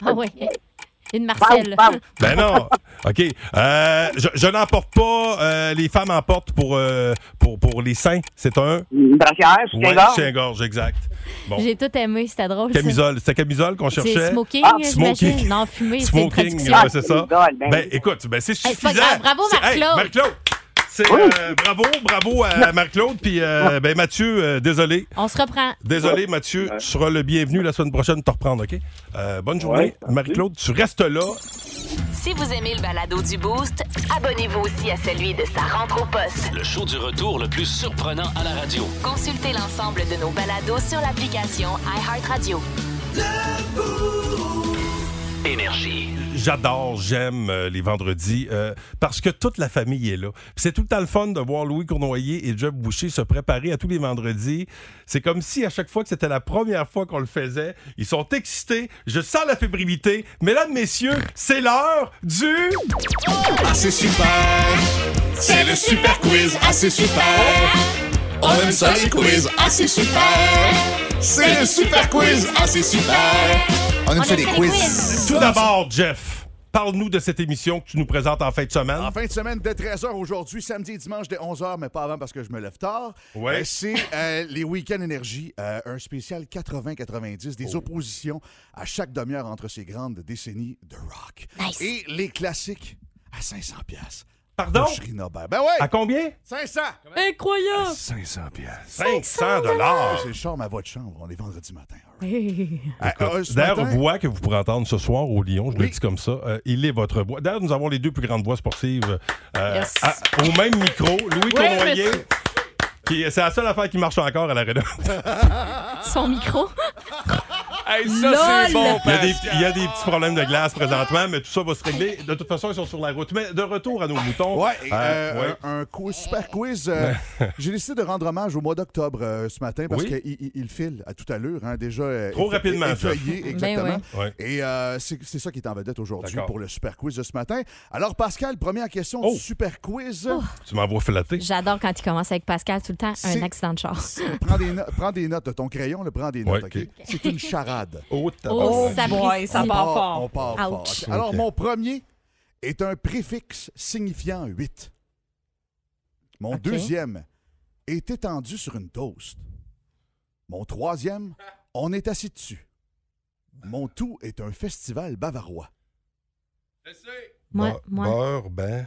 Ah ouais. Une Marcel.
Ben non. OK. Euh, je je n'en porte pas. euh, les femmes en portent pour, euh, pour, pour les seins. C'est un.
Une brassière, soutien-gorge.
soutien-gorge, exact. Bon.
J'ai tout aimé, c'était drôle. ça.
Camisole. C'était camisole qu'on
C'est
cherchait.
smoking,
Ah,
j'imagine.
smoking.
Non, fumé, c'est une
Smoking,
traduction.
ouais, c'est ça.
Ah,
Ben, écoute, ben, c'est
Hey, c'est pas
suffisant.
grave. Bravo,
C'est- hey,
Marc-Claude.
Marc-Claude. C'est, euh, bravo, bravo à Marc-Claude. Puis, euh, ben, Mathieu, euh, désolé.
On se reprend.
Désolé, Mathieu, tu seras le bienvenu la semaine prochaine te reprendre, OK? Euh, bonne journée. Marie-Claude, tu restes là.
Si vous aimez le balado du Boost, abonnez-vous aussi à celui de sa rentre au poste.
Le show du retour le plus surprenant à la radio.
Consultez l'ensemble de nos balados sur l'application iHeartRadio. [LAUGHS]
Énergie.
J'adore, j'aime euh, les vendredis euh, parce que toute la famille est là. Puis C'est tout le temps le fun de voir Louis Cournoyer et Jeff Boucher se préparer à tous les vendredis. C'est comme si à chaque fois que c'était la première fois qu'on le faisait, ils sont excités. Je sens la fébrilité. Mesdames, messieurs, c'est l'heure du.
Ah, c'est super! C'est le super quiz! Ah, c'est super! On aime ça les quiz! Ah, c'est super! C'est le super quiz! Ah, c'est super! On aime ça les quiz!
Tout d'abord, Jeff, parle-nous de cette émission que tu nous présentes en fin de semaine.
En fin de semaine, dès 13h aujourd'hui, samedi et dimanche dès 11h, mais pas avant parce que je me lève tard.
Ouais.
Euh, c'est euh, les week-ends énergie, euh, un spécial 80-90, des
Oh.
oppositions à chaque demi-heure entre ces grandes décennies de rock. Et les classiques à 500 pièces.
Pardon?
Ben ouais.
À combien?
500.
Incroyable.
500 pièces.
500 dollars. Ah,
C'est le charme à votre chambre. On est vendredi matin.
Écoute,
euh, ce
D'ailleurs,
matin-
voix que vous pourrez entendre ce soir au Lyon, je le dis comme ça, euh, il est votre voix. D'ailleurs, nous avons les deux plus grandes voix sportives euh,
Yes.
à- au même micro. Louis
Oui,
Cournoyer,
monsieur.
qui c'est la seule affaire qui marche encore à l'arena.
[LAUGHS]
Son
[LAUGHS]
micro.
Hey,
ça, c'est Lol. bon,
il, y a des, il y a des petits problèmes de glace présentement, mais tout ça va se régler. De toute façon, ils sont sur la route. Mais de retour à nos moutons.
Ouais, et,
Euh,
euh,
ouais.
Un, un quiz- super quiz. euh, [LAUGHS] J'ai décidé de rendre hommage au mois d'octobre euh, ce matin parce
Oui.
qu'il il- il file à toute allure, hein, déjà. euh,
Trop
effe-
rapidement,
effeuillé,
Jeff.
exactement.
[LAUGHS] Ben ouais.
Et euh, c'est c'est ça qui est en vedette aujourd'hui
D'accord. Oh.
pour le super quiz de ce matin. Alors, Pascal, première question du super quiz.
[LAUGHS] Tu m'envoies flatter.
J'adore quand il commence avec Pascal tout le temps, un
C'est-
accident de char.
Prends des, no- prends des notes de ton crayon, là, prends des notes.
Ouais,
OK? C'est une charade.
[LAUGHS] Oh,
tabarnak. Oh, ça brise.
on
On part-
On part fort.
Ouch.
OK. Alors,
OK.
mon premier est un préfixe signifiant 8. Mon deuxième est étendu sur une toast. Mon troisième, on est assis dessus. Mon tout est un festival bavarois.
Bur- Bourbon.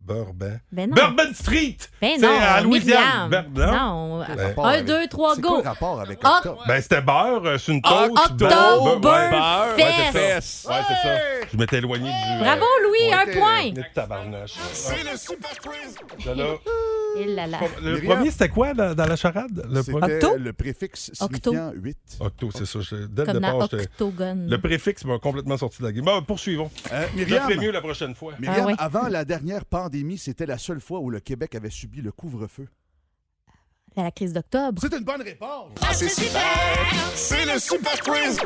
Bourbon.
Ben non.
Bourbon Street!
Ben
ben. C'est
non,
à Louisiane.
William.
Bourbon.
Non.
Ben.
Un, deux, trois,
C'est
go.
quoi le rapport avec
Ah,
octobre?
Ben, c'était beurre, euh, sur une toast.
Octoberfest.
beurre, ouais, c'est fesse. Ouais, c'est ça. Je m'étais éloigné
[LAUGHS]
du. euh,
Bravo, Louis, un point.
Le tabarnache.
C'est le super quiz.
De là,
Il l'a là.
le
Myriam.
premier, c'était quoi dans, dans la charade? Le
C'était
premier?
le préfixe signifiant 8.
Octo, c'est ça. je- Dès le
Comme dans
départ, j'étais.
Octogone.
euh, Le préfixe m'a complètement sorti de la game. Bon, poursuivons.
Euh, Myriam.
Je ferai mieux la prochaine fois.
Myriam, avant la dernière pandémie, c'était la seule fois où le Québec avait subi le couvre-feu.
La crise d'octobre.
C'est une bonne réponse.
Ah, c'est super. C'est le super quiz.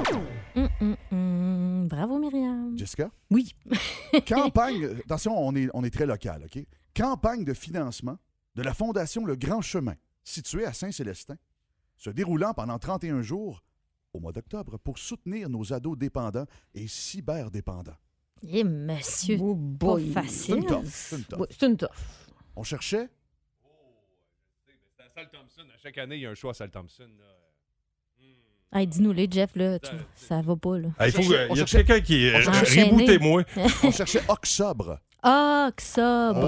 Hum, hum, hum. Bravo, Myriam.
Jessica?
Oui.
[LAUGHS]
[LAUGHS]
Campagne, attention, on est, on est très local, OK? Campagne de financement de la Fondation Le Grand Chemin, située à Saint-Célestin, se déroulant pendant 31 jours au mois d'octobre pour soutenir nos ados dépendants et cyberdépendants.
Eh, monsieur.
Oh
pas
boy. C'est
facile.
une toffe, c'est une toffe. Oui,
C'est une toffe.
On cherchait
La salle Thompson, à chaque année, il y a un choix à salle Thompson.
Hey, dis-nous-les, Jeff, là. tu- Ça va pas, là.
Ah, il faut, euh,
on
il y a
cherchait-
quelqu'un qui.
on
est
cherchait-
Rebootez-moi.
on cherchait Oxobre.
Ah, que ça,
Oh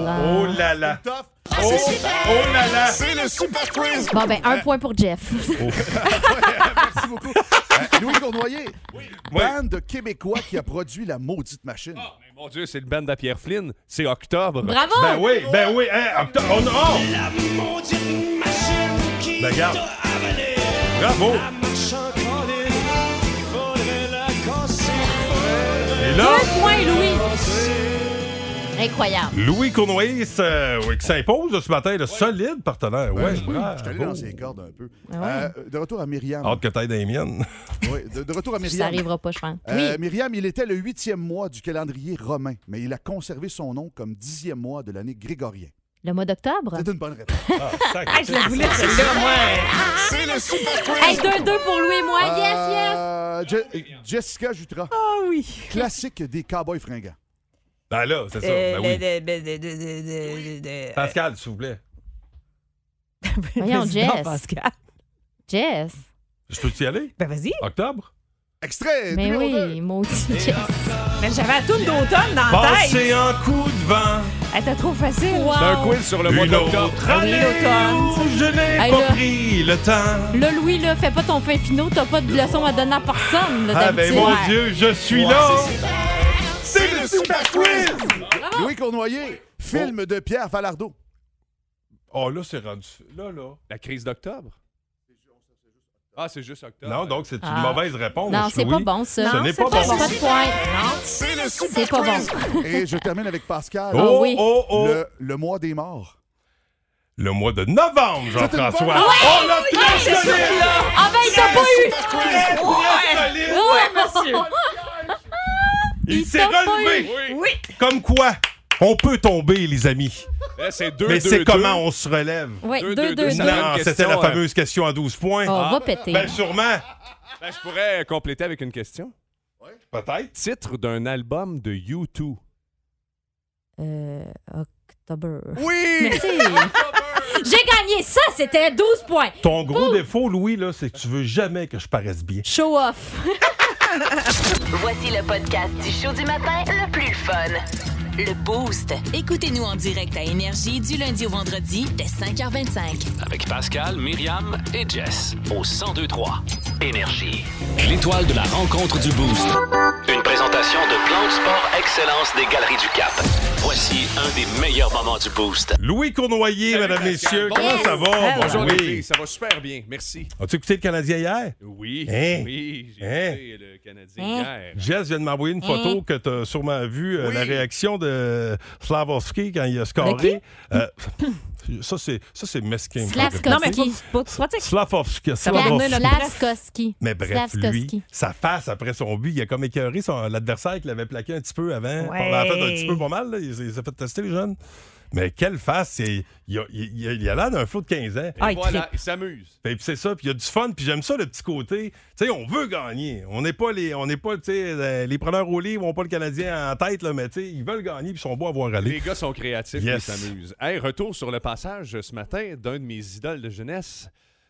là là.
Oh,
oh là là.
C'est le super quiz.
Bon, ben, un point pour Jeff.
Merci beaucoup. Euh, Louis Cournoyer, bande québécois qui a produit la maudite machine.
Ah,
Mon Dieu, c'est le band à Pierre Flynn. C'est octobre.
Bravo!
Ben oui, ben oui. Hein, octobre. On a. oh!
La maudite machine qui
Ben, regarde.
t'a avalé.
Bravo.
La marche en colline, faudrait la casser, faudrait
Et là-
la
Deux points,
Louis.
casser.
Incroyable.
Louis Cournoyer euh, oui, qui s'impose ce matin, le solide partenaire. Ouais,
je
bravo.
je suis allé
Oh.
dans ses cordes un peu.
Ah
Euh, de retour à Myriam.
Hâte que t'ailles dans les miennes.
Oui, de, de retour à Myriam.
Ça arrivera pas, je pense.
Euh, Myriam, il était le huitième mois du calendrier romain, mais il a conservé son nom comme dixième mois de l'année grégorienne.
Le mois d'octobre?
C'est une bonne réponse.
[LAUGHS] Ah, je la voulais, celle-là, moi.
C'est le super
Hey,
quiz.
2-2 pour Louis et moi. Yes, yes.
Euh, Je- Jessica Jutra.
Ah oui.
Classique des cowboys fringants.
Ben là, c'est ça.
Euh,
Ben oui.
de- de- de- de- de- de- de- euh,
Pascal, s'il vous plaît.
Voyons,
Président
Jess.
Pascal.
Jess.
Je peux-tu y aller?
Ben vas-y.
Octobre?
Extrait!
Mais oui, maudit Jess.
[LAUGHS]
Mais j'avais la toune d'automne dans la tête.
Passer un coup de vent.
Elle était trop facile.
Wow. C'est un
quiz sur le mois
Une
d'octobre.
autre
Ah oui,
année
l'automne.
où je n'ai
Hey,
pas
là.
pris le temps.
Là, Louis, là, fais pas ton fin finot. T'as pas de leçon à donner à personne. Là,
Ah ben
d'habitude.
mon
Ouais.
Dieu, je suis là. C'est le super quiz.
Louis Cournoyer, film de Pierre Falardeau.
Oh là, c'est rendu. Là, là.
La crise d'octobre. Ah, c'est juste octobre.
Non, donc c'est une
Ah.
mauvaise réponse.
Non, c'est
oui.
pas bon, ça.
Ce
Non,
n'est
c'est
pas
pas
bon.
bon. Pas de point.
C'est le
C'est
super
pas
quiz.
bon.
Et je termine avec Pascal.
Oh,
Ah oui.
oh, oh.
Le, le mois des morts.
Le mois de novembre,
C'est une
Jean-François.
bonne-
On l'a très
c'est
solide.
Ah ben, il t'a pas eu.
Très, très solide.
monsieur.
Il s'est
t'a pas
relevé.
Oui.
Comme quoi, on peut tomber, les amis.
Là, Eh, c'est deux,
Mais
deux,
c'est
deux.
comment on se relève.
Oui,
Deux,
2-2-2.
deux, deux, ça
Non,
Une
c'était
question,
la
euh,
fameuse question à 12 points.
On va péter.
Bien sûrement.
Ben, je pourrais compléter avec une question.
Peut-être.
Titre d'un album de U2.
Euh, October.
Oui!
Merci. J'ai gagné ça, c'était 12 points.
Ton gros défaut, Louis, là, c'est que tu veux jamais que je paraisse bien.
Show off.
Voici le podcast du show du matin le plus fun. Le Boost. Écoutez-nous en direct à Énergie du lundi au vendredi dès 5h25.
Avec Pascal, Myriam et Jess au 1023 Énergie. L'étoile de la rencontre du Boost. Une présentation de Plan de Sport Excellence des Galeries du Cap. Voici un des meilleurs moments du Boost.
Louis Cournoyer, mesdames, messieurs,
Pascal.
comment ça va?
Bonjour,
Bon,
les
oui.
filles, ça va super bien. Merci.
As-tu écouté le Canadien hier?
Oui,
Hein?
oui, j'ai
Hein?
écouté le Canadien
Hein?
hier.
Jess vient de m'envoyer une photo que tu as sûrement vue, euh, la réaction de Slavovski quand il a scoré. Euh, [LAUGHS] ça, c'est ça, c'est mesquin.
Slavkovski.
Non, mais faut que tu pas- tu pratiques.
Slavovski.
Ça va devenir
Slavovski.
notre-
Slavskoski.
Mais bref,
Slavkovski.
lui, sa face après son but, il a comme écœuré son- l'adversaire qui l'avait plaqué un petit peu avant.
Ouais.
En fait, un petit peu pas mal, là. il s'est il s'est fait tester, le jeune. Mais quelle face! c'est- Il a- il a il a l'air d'un flot de 15 ans.
Et Ah, il voilà, trippe. il s'amuse.
Fait que c'est ça, puis il y a du fun, puis j'aime ça, le petit côté. Tu sais, on veut gagner. On n'est pas les. On n'est pas, tu sais, euh, les preneurs au livre, on pas le Canadien en tête, là, mais tu sais, ils veulent gagner, puis ils sont beaux à voir aller.
Les gars sont créatifs, ils
Yes.
s'amusent. Hey, retour sur le passage euh, ce matin d'un de mes idoles de jeunesse.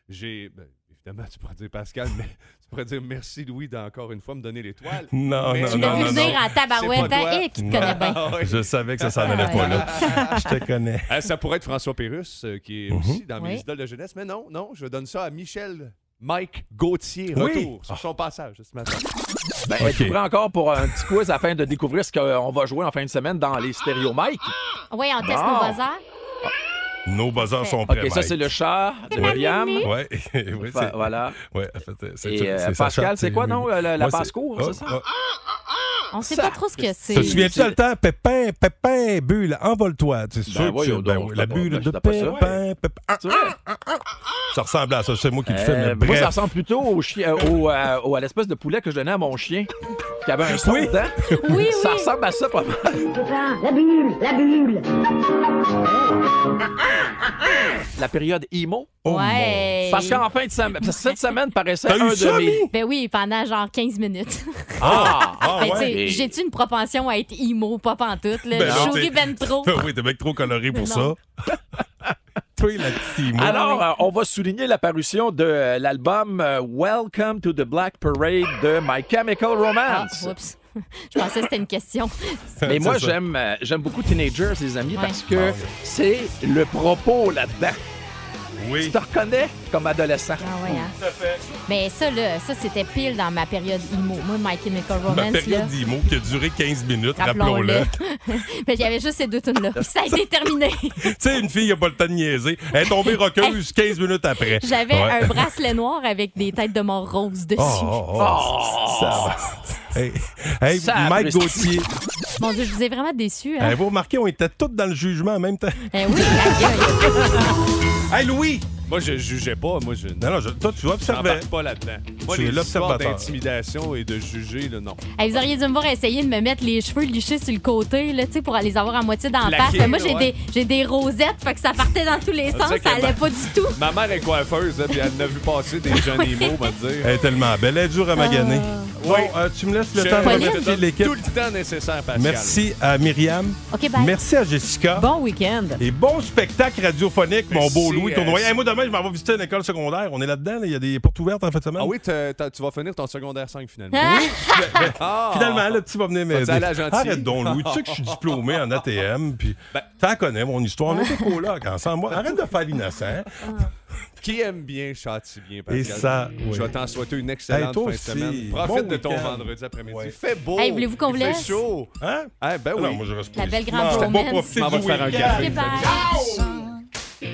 J'ai. ben, évidemment, tu pourrais dire Pascal, mais [LAUGHS] tu pourrais dire merci Louis d'encore une fois me donner l'étoile.
Non,
Mais-
non, Tu l'as non, vu non, venir non. en
tabarouette,
C'est pas toi.
hein, et qui te connaît bien.
Ah, oui.
Je savais que ça s'en allait pas
[LAUGHS]
là. Je te [LAUGHS] connais.
Euh, ça pourrait être François Pérus, euh, qui est
Mhm.
aussi dans mes
Oui.
idoles de jeunesse, mais non, non, je donne ça à Michel Mike Gauthier.
Oui.
Retour
Ah.
sur son passage ce matin.
Ben,
Ok.
tu prends encore pour un petit quiz afin de découvrir ce qu'on va jouer en fin de semaine dans les stéréo Mike.
Ah,
Oui, on teste
Bon.
nos bazars.
Nos buzzers sont prêts.
OK, ça, c'est le chat de Myriam.
Ouais, [LAUGHS] oui,
Fa- Voilà.
Ouais, en fait, c'est-
Et,
c'est-
euh,
c'est sa
Pascal,
charte,
c'est quoi,
oui.
non? euh, La, la
Moi, c'est-
basse-cour,
Ah,
c'est ça?
On sait pas trop ce que c'est.
Te souviens-tu dans le temps? Pépin, Pépin, bulle, envole-toi. C'est sûr que
voyons
tu- ben
donc,
oui,
je
la
sais pas,
bulle
ben,
de
je sais pas ça.
Pépin, Pépin. Ah, ah, ah, ah. Ça ressemble à ça, c'est moi qui le fais, mais
Euh, moi, ça
bref.
ressemble plutôt au chien, euh, au, euh, au- à l'espèce de poulet que je donnais à mon chien, qui avait un son dedans.
Oui,
[LAUGHS] Ça ressemble à ça pas mal.
La bulle, la bulle.
La période IMO.
Ouais.
Parce qu'en fin de semaine, parce que cette semaine paraissait
Oh, T'as eu
un de
ça,
mes...
Ben oui, pendant genre
[LAUGHS]
15 minutes.
Ah! ah
Ben, tu sais,
ouais.
J'ai-tu une propension à être emo, pas pantoute? Là?
Ben
je
non, t'es-
souris ben
[LAUGHS]
trop.
Ben oui, t'es mec trop coloré pour ça.
Non.
Toi, la petite Imo.
Alors, euh, on va souligner l'apparition de euh, l'album euh, Welcome to the Black Parade de My Chemical
Ah,
Romance.
oups. [LAUGHS] Je pensais que c'était
[LAUGHS]
une question.
Mais moi,
j'aime
j'aime euh, j'aime beaucoup Teenagers, les amis,
Ouais.
parce que c'est le propos là-dedans.
Oui.
Tu te reconnais comme adolescent.
Ah ouais, hein? Mais ça, là, ça, c'était pile dans ma période emo. Moi, My Chemical
Ma
Romance, là,
période d'Imo qui a duré 15 minutes,
rappelons-le.
rappelons-le. [LAUGHS]
[LAUGHS] Fait qu'il y avait juste ces deux tunes-là. Puis ça a été terminé.
tu sais, une fille, il a pas le temps de niaiser. Elle est tombée roqueuse 15 minutes après.
J'avais
Ouais.
un bracelet noir avec des têtes de mort rose dessus.
Oh, oh, oh. Ça va. Hey, hey,
Ça
Mike
brûle.
Gauthier.
Mon Dieu, je vous ai vraiment déçu.
Hey, vous remarquez, on était tous dans le jugement en même temps.
oui,
[LAUGHS] Hey, Louis!
Moi, je jugeais pas. Moi, je...
Non, non, je- toi, tu observais.
J'embarque pas là-dedans. Moi,
Tu es
les histoires
l'observateur.
d'intimidation et de juger, le non.
Hey, vous auriez dû me voir essayer de me mettre les cheveux lichés sur le côté là, tu sais, pour les avoir à moitié dans la face.
Plaqué,
Mais Moi, j'ai
ouais.
des, j'ai des rosettes, fait que ça partait dans tous les
Ça
sens,
veut dire
ça
que ma-
allait pas du tout.
Ma mère est coiffeuse, hein, puis elle en a vu
[LAUGHS]
passer des jeunes émaux, va te dire.
Elle est tellement belle, elle est dure à maganer. Bon, euh, tu me laisses le
Je-
temps de
Pauline?
remercier l'équipe.
Tout le temps nécessaire, Pascal.
Merci à Myriam.
OK, bye.
Merci à Jessica. Bon
week-end.
Et bon spectacle radiophonique, mon beau
Merci,
Louis
euh,
Tournoyer. Hey, moi, demain, je m'en vais visiter une école secondaire. On est là-dedans. là. Il y a des portes ouvertes en fin de semaine.
Ah oui, t'as- t'as- tu vas finir ton secondaire 5 finalement.
Hein?
[LAUGHS]
Oui.
Ah.
Finalement, le petit va venir m'aider.
Vas-tu aller à Gentilly?
Arrête donc, Louis. Tu sais que je suis diplômé en
[LAUGHS]
ATM. Puis,
Ben.
t'en connais mon histoire. On était coloc ensemble. Moi, Arrête de faire l'innocent.
Ah. Qui aime bien, châtie bien,
Et
Pascal.
ça, oui.
Je vais t'en souhaiter une excellente
Hey, toi
fin de
aussi.
semaine.
Bon
Profite de ton
week-end.
vendredi après-midi. Fait beau.
Hey, voulez-vous qu'on vous
Il fait
laisse?
chaud.
Hein?
Eh ben oui.
Non, moi, je reste
La
pas
belle
ici.
grande
Je m'en vais
romance.
profiter
Je m'en vais
du
faire un
week-end.
café.
OK, bye.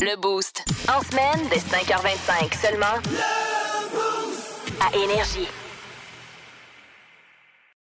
Le Boost. En semaine, dès 5h25 seulement. À Énergie.